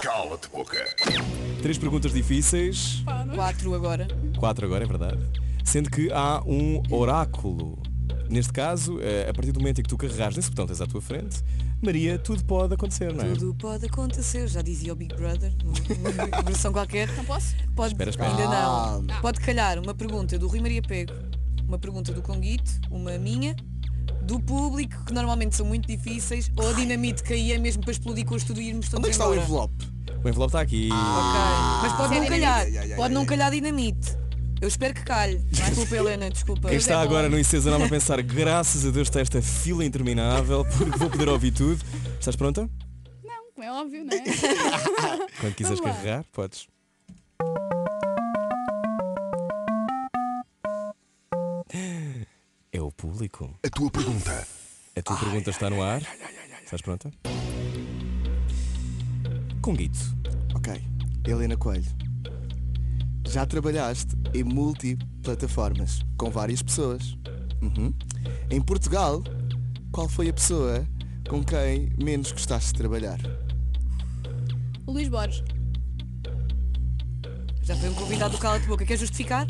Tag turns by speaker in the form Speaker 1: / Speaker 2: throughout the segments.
Speaker 1: Cala de boca.
Speaker 2: Três perguntas difíceis,
Speaker 3: Quatro agora.
Speaker 2: quatro agora, é verdade. Sendo que há um oráculo. Neste caso, eh, a partir do momento em que tu carregares nesse botão que tens à tua frente, Maria, tudo pode acontecer, não é?
Speaker 3: Tudo pode acontecer, já dizia o Big Brother, numa numa versão qualquer.
Speaker 4: Não posso?
Speaker 3: Pode,
Speaker 2: Espera, espera.
Speaker 3: Ainda não.
Speaker 5: Ah.
Speaker 3: Pode calhar uma pergunta do Rui Maria Pego, uma pergunta do Conguito, uma minha, do público, que normalmente são muito difíceis, ou a dinamite caía mesmo para explodir com o estudo e irmos todos
Speaker 5: Onde é que está o
Speaker 3: embora.
Speaker 5: envelope?
Speaker 2: O envelope está aqui.
Speaker 4: Ah,
Speaker 3: Ok. Mas pode não
Speaker 4: Sério?
Speaker 3: calhar,
Speaker 5: Ai, ai, ai,
Speaker 3: pode não
Speaker 5: ai.
Speaker 3: calhar dinamite. Eu espero que calhe. Desculpa, Helena, desculpa.
Speaker 2: Quem está
Speaker 4: bom.
Speaker 2: agora no Incesa a pensar, graças a Deus está esta fila interminável, porque vou poder ouvir tudo. Estás pronta?
Speaker 4: Não, como é óbvio, não é?
Speaker 2: Quando quiseres
Speaker 4: Vamos lá.
Speaker 2: carregar, podes. É o público.
Speaker 1: A tua pergunta.
Speaker 2: A tua pergunta está no ar. Estás pronta? Conguito.
Speaker 5: Ok. Helena Coelho. Já trabalhaste em multiplataformas com várias pessoas. Uhum. Em Portugal, qual foi a pessoa com quem menos gostaste de trabalhar?
Speaker 4: O Luís Borges.
Speaker 3: Já foi um convidado do Cala de Boca. Quer justificar?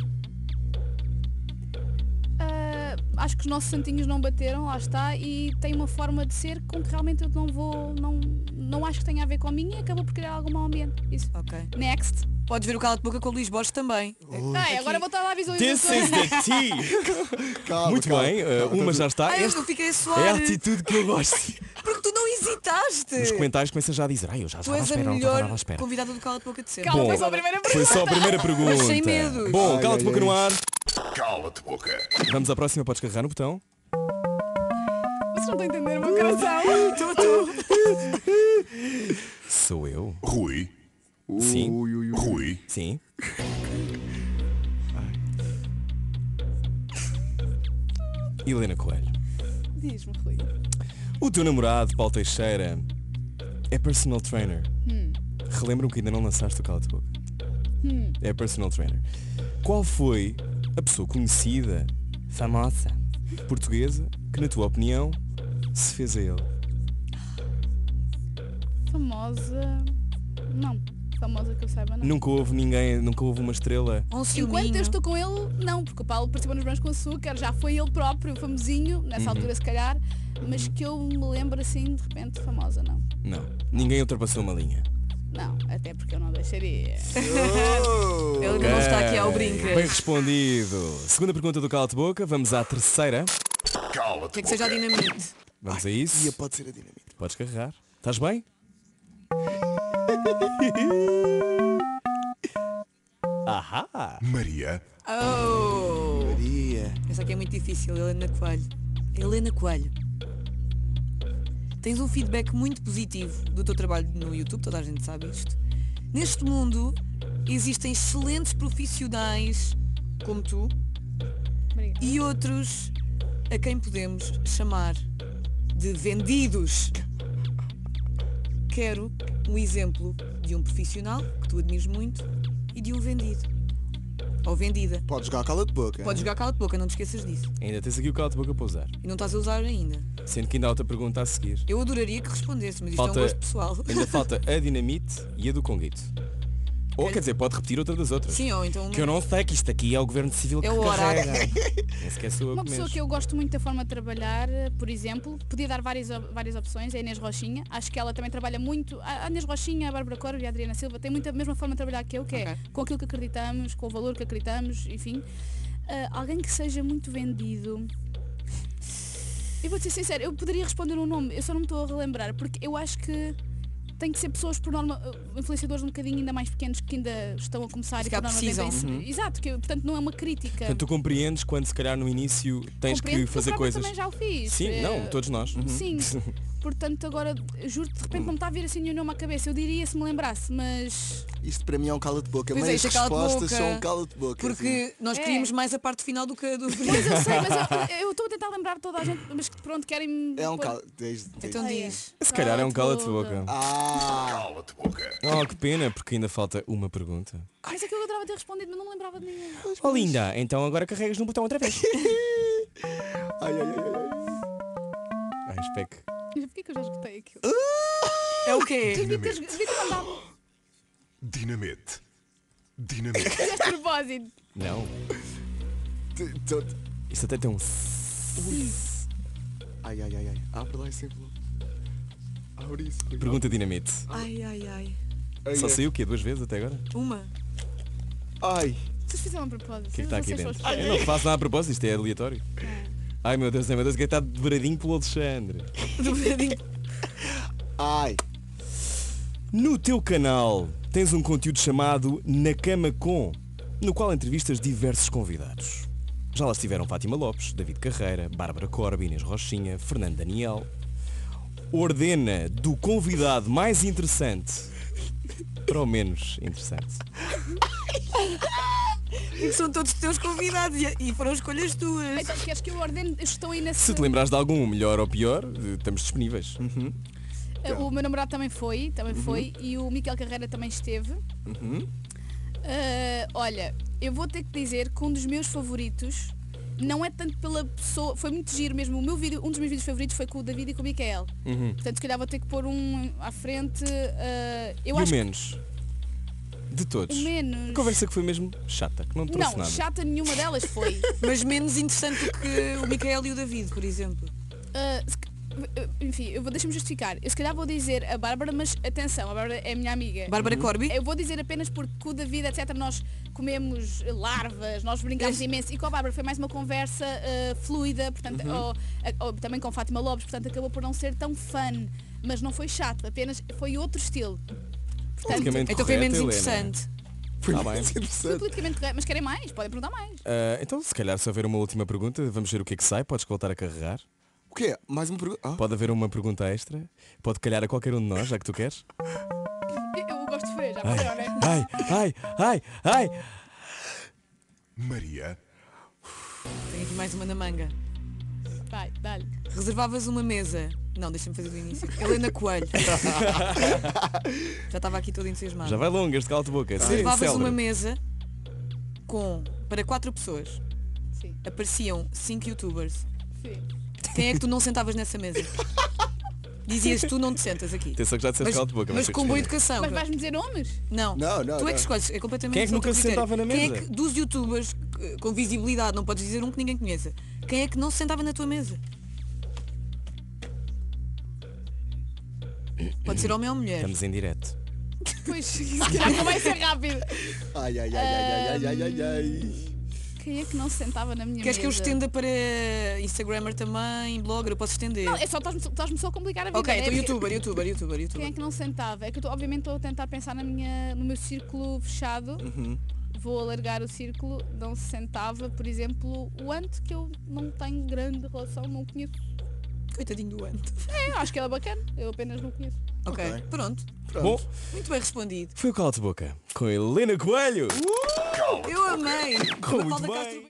Speaker 4: Ah, acho que os nossos santinhos não bateram, lá está, e tem uma forma de ser com que realmente eu não vou, não, não acho que tenha a ver com a minha e acabou por criar algum mau ambiente. Isso.
Speaker 3: Ok.
Speaker 4: Next.
Speaker 3: Podes ver o Cala de Boca com o Luís Borges também.
Speaker 4: Ai, agora vou estar lá a
Speaker 2: This
Speaker 4: visualização.
Speaker 2: is the tea!
Speaker 5: Calma,
Speaker 2: Muito
Speaker 5: calma,
Speaker 2: bem, eh,
Speaker 5: calma,
Speaker 2: uma
Speaker 5: estamos-
Speaker 2: já está.
Speaker 3: Ai, eu
Speaker 2: Esta
Speaker 3: não fiquei a
Speaker 2: é a
Speaker 3: suar.
Speaker 2: atitude que eu gosto.
Speaker 3: Porque tu não hesitaste.
Speaker 2: Os comentários começam já a dizer, ai, eu já
Speaker 3: Tu
Speaker 2: estava à
Speaker 3: és a
Speaker 2: espera, não estava nada à
Speaker 3: melhor
Speaker 2: espera.
Speaker 3: convidada do Cala de Boca de sempre.
Speaker 4: Calma,
Speaker 2: Bom.
Speaker 4: foi só a primeira pergunta.
Speaker 2: Foi só a primeira pergunta.
Speaker 3: Mas sem medos.
Speaker 2: Bom,
Speaker 5: Ai,
Speaker 2: cala-te
Speaker 5: ai,
Speaker 2: boca
Speaker 5: ai.
Speaker 2: no ar.
Speaker 1: Cala de boca.
Speaker 2: Vamos à próxima, podes carregar no botão.
Speaker 4: Vocês não estão a entender o meu coração.
Speaker 3: Tu, tu.
Speaker 2: Sou eu?
Speaker 1: Rui.
Speaker 2: Sim.
Speaker 5: Ui, ui, ui.
Speaker 1: Rui.
Speaker 2: Sim. Helena Coelho.
Speaker 4: Diz-me, Rui.
Speaker 2: O teu namorado, Paulo Teixeira, é personal trainer. Relembram que ainda não lançaste o Cala de Boca. É personal trainer. Qual foi a pessoa conhecida, famosa, portuguesa, que na tua opinião se fez a ele?
Speaker 4: Famosa. Não. Famosa que eu saiba, não.
Speaker 2: Nunca houve ninguém, nunca houve uma estrela.
Speaker 3: Um
Speaker 4: Enquanto
Speaker 3: ciúminho.
Speaker 4: eu estou com ele, não, porque o Paulo participou nos Brancos com Açúcar, já foi ele próprio, famosinho, nessa altura se calhar, mas que eu me lembro assim, de repente, famosa, não.
Speaker 2: Não. Ninguém ultrapassou uma linha.
Speaker 4: Não, até porque eu não deixaria.
Speaker 3: Ele ainda não está aqui ao
Speaker 2: Ok,
Speaker 3: brinca.
Speaker 2: Bem respondido. Segunda pergunta do Cala de Boca, vamos à terceira.
Speaker 1: Cala de
Speaker 3: Tem
Speaker 1: boca.
Speaker 3: que seja a dinamite.
Speaker 2: Vamos a
Speaker 5: Ia
Speaker 2: isso.
Speaker 5: pode ser a dinamite.
Speaker 2: Podes carregar. Estás bem? Ahá!
Speaker 1: Maria.
Speaker 3: Oh.
Speaker 5: Maria.
Speaker 3: Essa aqui é muito difícil, Helena Coelho. Helena Coelho. Tens um feedback muito positivo do teu trabalho no YouTube, toda a gente sabe isto. Neste mundo existem excelentes profissionais como tu
Speaker 4: Obrigada.
Speaker 3: e outros a quem podemos chamar de vendidos. Quero um exemplo de um profissional que tu admires muito e de um vendido. Ou vendida.
Speaker 5: Pode jogar cala de boca.
Speaker 3: Podes jogar cala de boca, não te esqueças disso.
Speaker 2: Ainda tens aqui o Cala de Boca para usar.
Speaker 3: E não estás a usar ainda.
Speaker 2: Sendo que ainda há outra pergunta a seguir.
Speaker 3: Eu adoraria que respondesse, mas isto
Speaker 2: Falta-
Speaker 3: é um gosto pessoal.
Speaker 2: Ainda falta a Dinamite e a do Conguito. Ou quer dizer, pode repetir outra das outras.
Speaker 3: Sim, ou então uma-
Speaker 2: Que eu não sei que isto aqui é o Governo Civil que
Speaker 3: É o
Speaker 2: carrega. Nem sequer sou eu
Speaker 4: Uma
Speaker 2: que
Speaker 4: pessoa
Speaker 2: mexo.
Speaker 4: que eu gosto muito da forma de trabalhar, eh, por exemplo, podia dar várias, op- várias opções, é a Inês Rochinha. Acho que ela também trabalha muito. A a Inês Rochinha, a Bárbara Corvo e a Adriana Silva têm muito a mesma forma de trabalhar que eu, que é
Speaker 3: Ok.
Speaker 4: com aquilo que acreditamos, com o valor que acreditamos, enfim. Ah, alguém que seja muito vendido. Eu vou ser sincero, eu poderia responder um nome, eu só não me estou a relembrar, porque eu acho que tem que ser pessoas por norma, eh, influenciadores um bocadinho ainda mais pequenos que ainda estão a começar
Speaker 3: Se
Speaker 4: e por
Speaker 3: calhar
Speaker 4: norma
Speaker 3: precisam.
Speaker 4: vendem-se. Exato, que, portanto não é uma crítica.
Speaker 2: Portanto, tu compreendes quando se calhar no início tens que
Speaker 4: Compreendo,
Speaker 2: fazer
Speaker 4: eu própria
Speaker 2: coisas.
Speaker 4: também já o fiz.
Speaker 2: Sim,
Speaker 4: Eh,
Speaker 2: não, todos Uhum. nós.
Speaker 4: Sim. Portanto, agora, juro de repente não me está a vir assim nenhum nome à cabeça. Eu diria se me lembrasse, mas
Speaker 5: Isto para mim é um cala de boca.
Speaker 3: Pois é,
Speaker 5: Meias
Speaker 3: isto é cala de
Speaker 5: respostas
Speaker 3: boca.
Speaker 5: são um cala de boca. assim.
Speaker 3: Porque nós
Speaker 4: É.
Speaker 3: queríamos mais a parte final do que a do.
Speaker 4: Pois eu sei, mas eu- eu estou a tentar lembrar toda a gente, mas que pronto, querem
Speaker 5: É um cala. desde- desde-
Speaker 3: Então
Speaker 4: Ah, é.
Speaker 3: diz.
Speaker 2: Se calhar é um cala de boca.
Speaker 5: Ah!
Speaker 1: Cala de boca.
Speaker 2: Oh, que pena, porque ainda falta uma pergunta.
Speaker 4: Mas é que eu adorava ter respondido, mas não me lembrava de ninguém.
Speaker 2: Oh, linda, então agora carregas no botão outra vez.
Speaker 5: Ai, ai, ai, ai.
Speaker 2: Ai, espero que-
Speaker 4: Porquê que eu já escutei aquilo?
Speaker 3: É o quê?
Speaker 4: Devia ter, devia ter mandado.
Speaker 1: Dinamite. Dinamite.
Speaker 4: Fizeste um propósito.
Speaker 2: Não.
Speaker 5: T- t-
Speaker 2: Isto até tem um...
Speaker 5: Ai, ai, ai, ai. Abre lá esse envelope. Abre isso. por favor.
Speaker 2: Pergunta dinamite.
Speaker 3: Ai, ai, ai.
Speaker 5: Ai,
Speaker 2: Só
Speaker 5: ai.
Speaker 2: saiu o quê? Duas vezes até agora? O
Speaker 3: Uma.
Speaker 5: Ai.
Speaker 4: Vocês fizeram um propósito.
Speaker 2: que é que está aqui
Speaker 4: Vocês são os
Speaker 2: dentro? Eu
Speaker 4: propósitos.
Speaker 2: não faço nada a propósito, isto é aleatório. Ai meu Deus, ai meu Deus, que está dobradinho pelo Alexandre.
Speaker 3: Dobradinho.
Speaker 5: Ai.
Speaker 2: No teu canal tens um conteúdo chamado Na Cama Com, no qual entrevistas diversos convidados. Já lá estiveram Fátima Lopes, David Carreira, Bárbara Corbi, Inês Rochinha, Fernando Daniel. Ordena do convidado mais interessante para o menos interessante.
Speaker 3: Porque são todos teus convidados e, e foram escolhas tuas.
Speaker 4: Então, queres que eu ordene? Estou aí na
Speaker 2: Se tá te lembrares de algum melhor ou pior, eh, estamos disponíveis.
Speaker 4: Uhum. Eh, O meu namorado também foi, também
Speaker 2: Uhum.
Speaker 4: foi, e o Miquel Carreira também esteve. Eh, olha, eu vou ter que dizer que um dos meus favoritos não é tanto pela pessoa, foi muito giro mesmo. O meu vídeo, um dos meus vídeos favoritos foi com o David e com o Miquel.
Speaker 2: Uhum.
Speaker 4: Portanto, se calhar vou ter que pôr um à frente. eh, eu
Speaker 2: e o
Speaker 4: acho
Speaker 2: menos? De todos.
Speaker 4: que o menos.
Speaker 2: A conversa que foi mesmo chata, que não te trouxe
Speaker 4: não,
Speaker 2: nada.
Speaker 4: chata nenhuma delas foi.
Speaker 3: Mas menos interessante do que o Micael e o David, por exemplo.
Speaker 4: Uh, se ca- uh, enfim, eu vou deixa-me justificar. Eu se calhar vou dizer a Bárbara, mas atenção, a Bárbara é a minha amiga.
Speaker 3: Bárbara
Speaker 2: Uhum. É
Speaker 3: Corby?
Speaker 4: Eu vou dizer apenas porque com o David, etc, nós comemos larvas, nós brincámos imenso. E com a Bárbara foi mais uma conversa uh, fluida, portanto,
Speaker 3: Uhum.
Speaker 4: ou- a- ou também com Fátima Lopes, portanto acabou por não ser tão fun, mas não foi chato, apenas foi outro estilo. Portanto,
Speaker 2: Politicamente
Speaker 3: Então foi
Speaker 2: correto,
Speaker 3: menos
Speaker 2: Helena.
Speaker 3: interessante.
Speaker 5: Foi
Speaker 2: Tá bem.
Speaker 5: mais
Speaker 4: foi
Speaker 5: interessante.
Speaker 4: politicamente correto, mas querem mais? Podem perguntar mais.
Speaker 2: Ah, então, se calhar, se houver uma última pergunta, vamos ver o que é que sai. Podes voltar a carregar.
Speaker 5: O quê? Mais uma pergunta? Ah,
Speaker 2: Pode haver uma pergunta extra. Pode calhar a qualquer um de nós, já que tu queres.
Speaker 4: Eu gosto de ver, já
Speaker 2: Ai,
Speaker 4: perceberam, não é?
Speaker 2: ai, ai, ai, ai.
Speaker 1: Maria.
Speaker 3: Tenho aqui mais uma na manga.
Speaker 4: Vai, dá-lhe.
Speaker 3: Reservavas uma mesa. Não, deixa-me fazer do início. Helena Coelho. Já estava aqui toda entusiasmada.
Speaker 2: Já vai longa este cala de boca. Sim,
Speaker 3: Reservavas
Speaker 2: célebre.
Speaker 3: uma mesa com para quatro pessoas.
Speaker 4: Sim,
Speaker 3: Apareciam cinco youtubers.
Speaker 4: sim.
Speaker 3: Quem é que tu não sentavas nessa mesa? Dizias tu não te sentas aqui.
Speaker 2: Atenção que já disseste
Speaker 3: Mas,
Speaker 2: cala de boca.
Speaker 3: mas
Speaker 2: foi
Speaker 3: com boa
Speaker 2: discreto.
Speaker 3: educação.
Speaker 4: Mas vais-me dizer homens?
Speaker 3: Não.
Speaker 5: Não, não,
Speaker 3: Tu é
Speaker 5: não.
Speaker 3: que escolhes, é completamente
Speaker 2: Quem é que
Speaker 3: outro
Speaker 2: nunca se
Speaker 3: critério.
Speaker 2: sentava na
Speaker 3: Quem é
Speaker 2: mesa?
Speaker 3: que, dos youtubers eh, com visibilidade, não podes dizer um que ninguém conheça, quem é que não se sentava na tua mesa? Pode ser homem ou mulher.
Speaker 2: Estamos em direto.
Speaker 4: Pois, se calhar não vai ser rápido.
Speaker 5: Ai, ai, ai, ai, ai, ai, ai, ai.
Speaker 4: Quem é que não se sentava na minha
Speaker 3: Queres
Speaker 4: mesa?
Speaker 3: que eu estenda para Instagrammer também, blogger, eu posso estender.
Speaker 4: Não, é só estás-me estás-me só a complicar a vida.
Speaker 3: ok,
Speaker 4: né?
Speaker 3: então youtuber,
Speaker 4: Porque-
Speaker 3: youtuber, youtuber,
Speaker 4: Quem é
Speaker 3: youtuber.
Speaker 4: que não se sentava? É que eu tô- obviamente estou a tentar pensar na minha, no meu círculo fechado. Vou alargar o círculo. Não se sentava, por exemplo, o Ant, que eu não tenho grande relação, não conheço.
Speaker 3: Coitadinho do Ant.
Speaker 4: É, acho que ele é bacana. Eu apenas não conheço.
Speaker 3: ok, pronto.
Speaker 2: Bom,
Speaker 3: Muito bem respondido.
Speaker 2: foi o cala de boca com Helena Coelho.
Speaker 1: Cala-te
Speaker 3: Eu amei.
Speaker 2: Correu
Speaker 3: Mafalda
Speaker 2: muito
Speaker 3: Castro
Speaker 2: bem.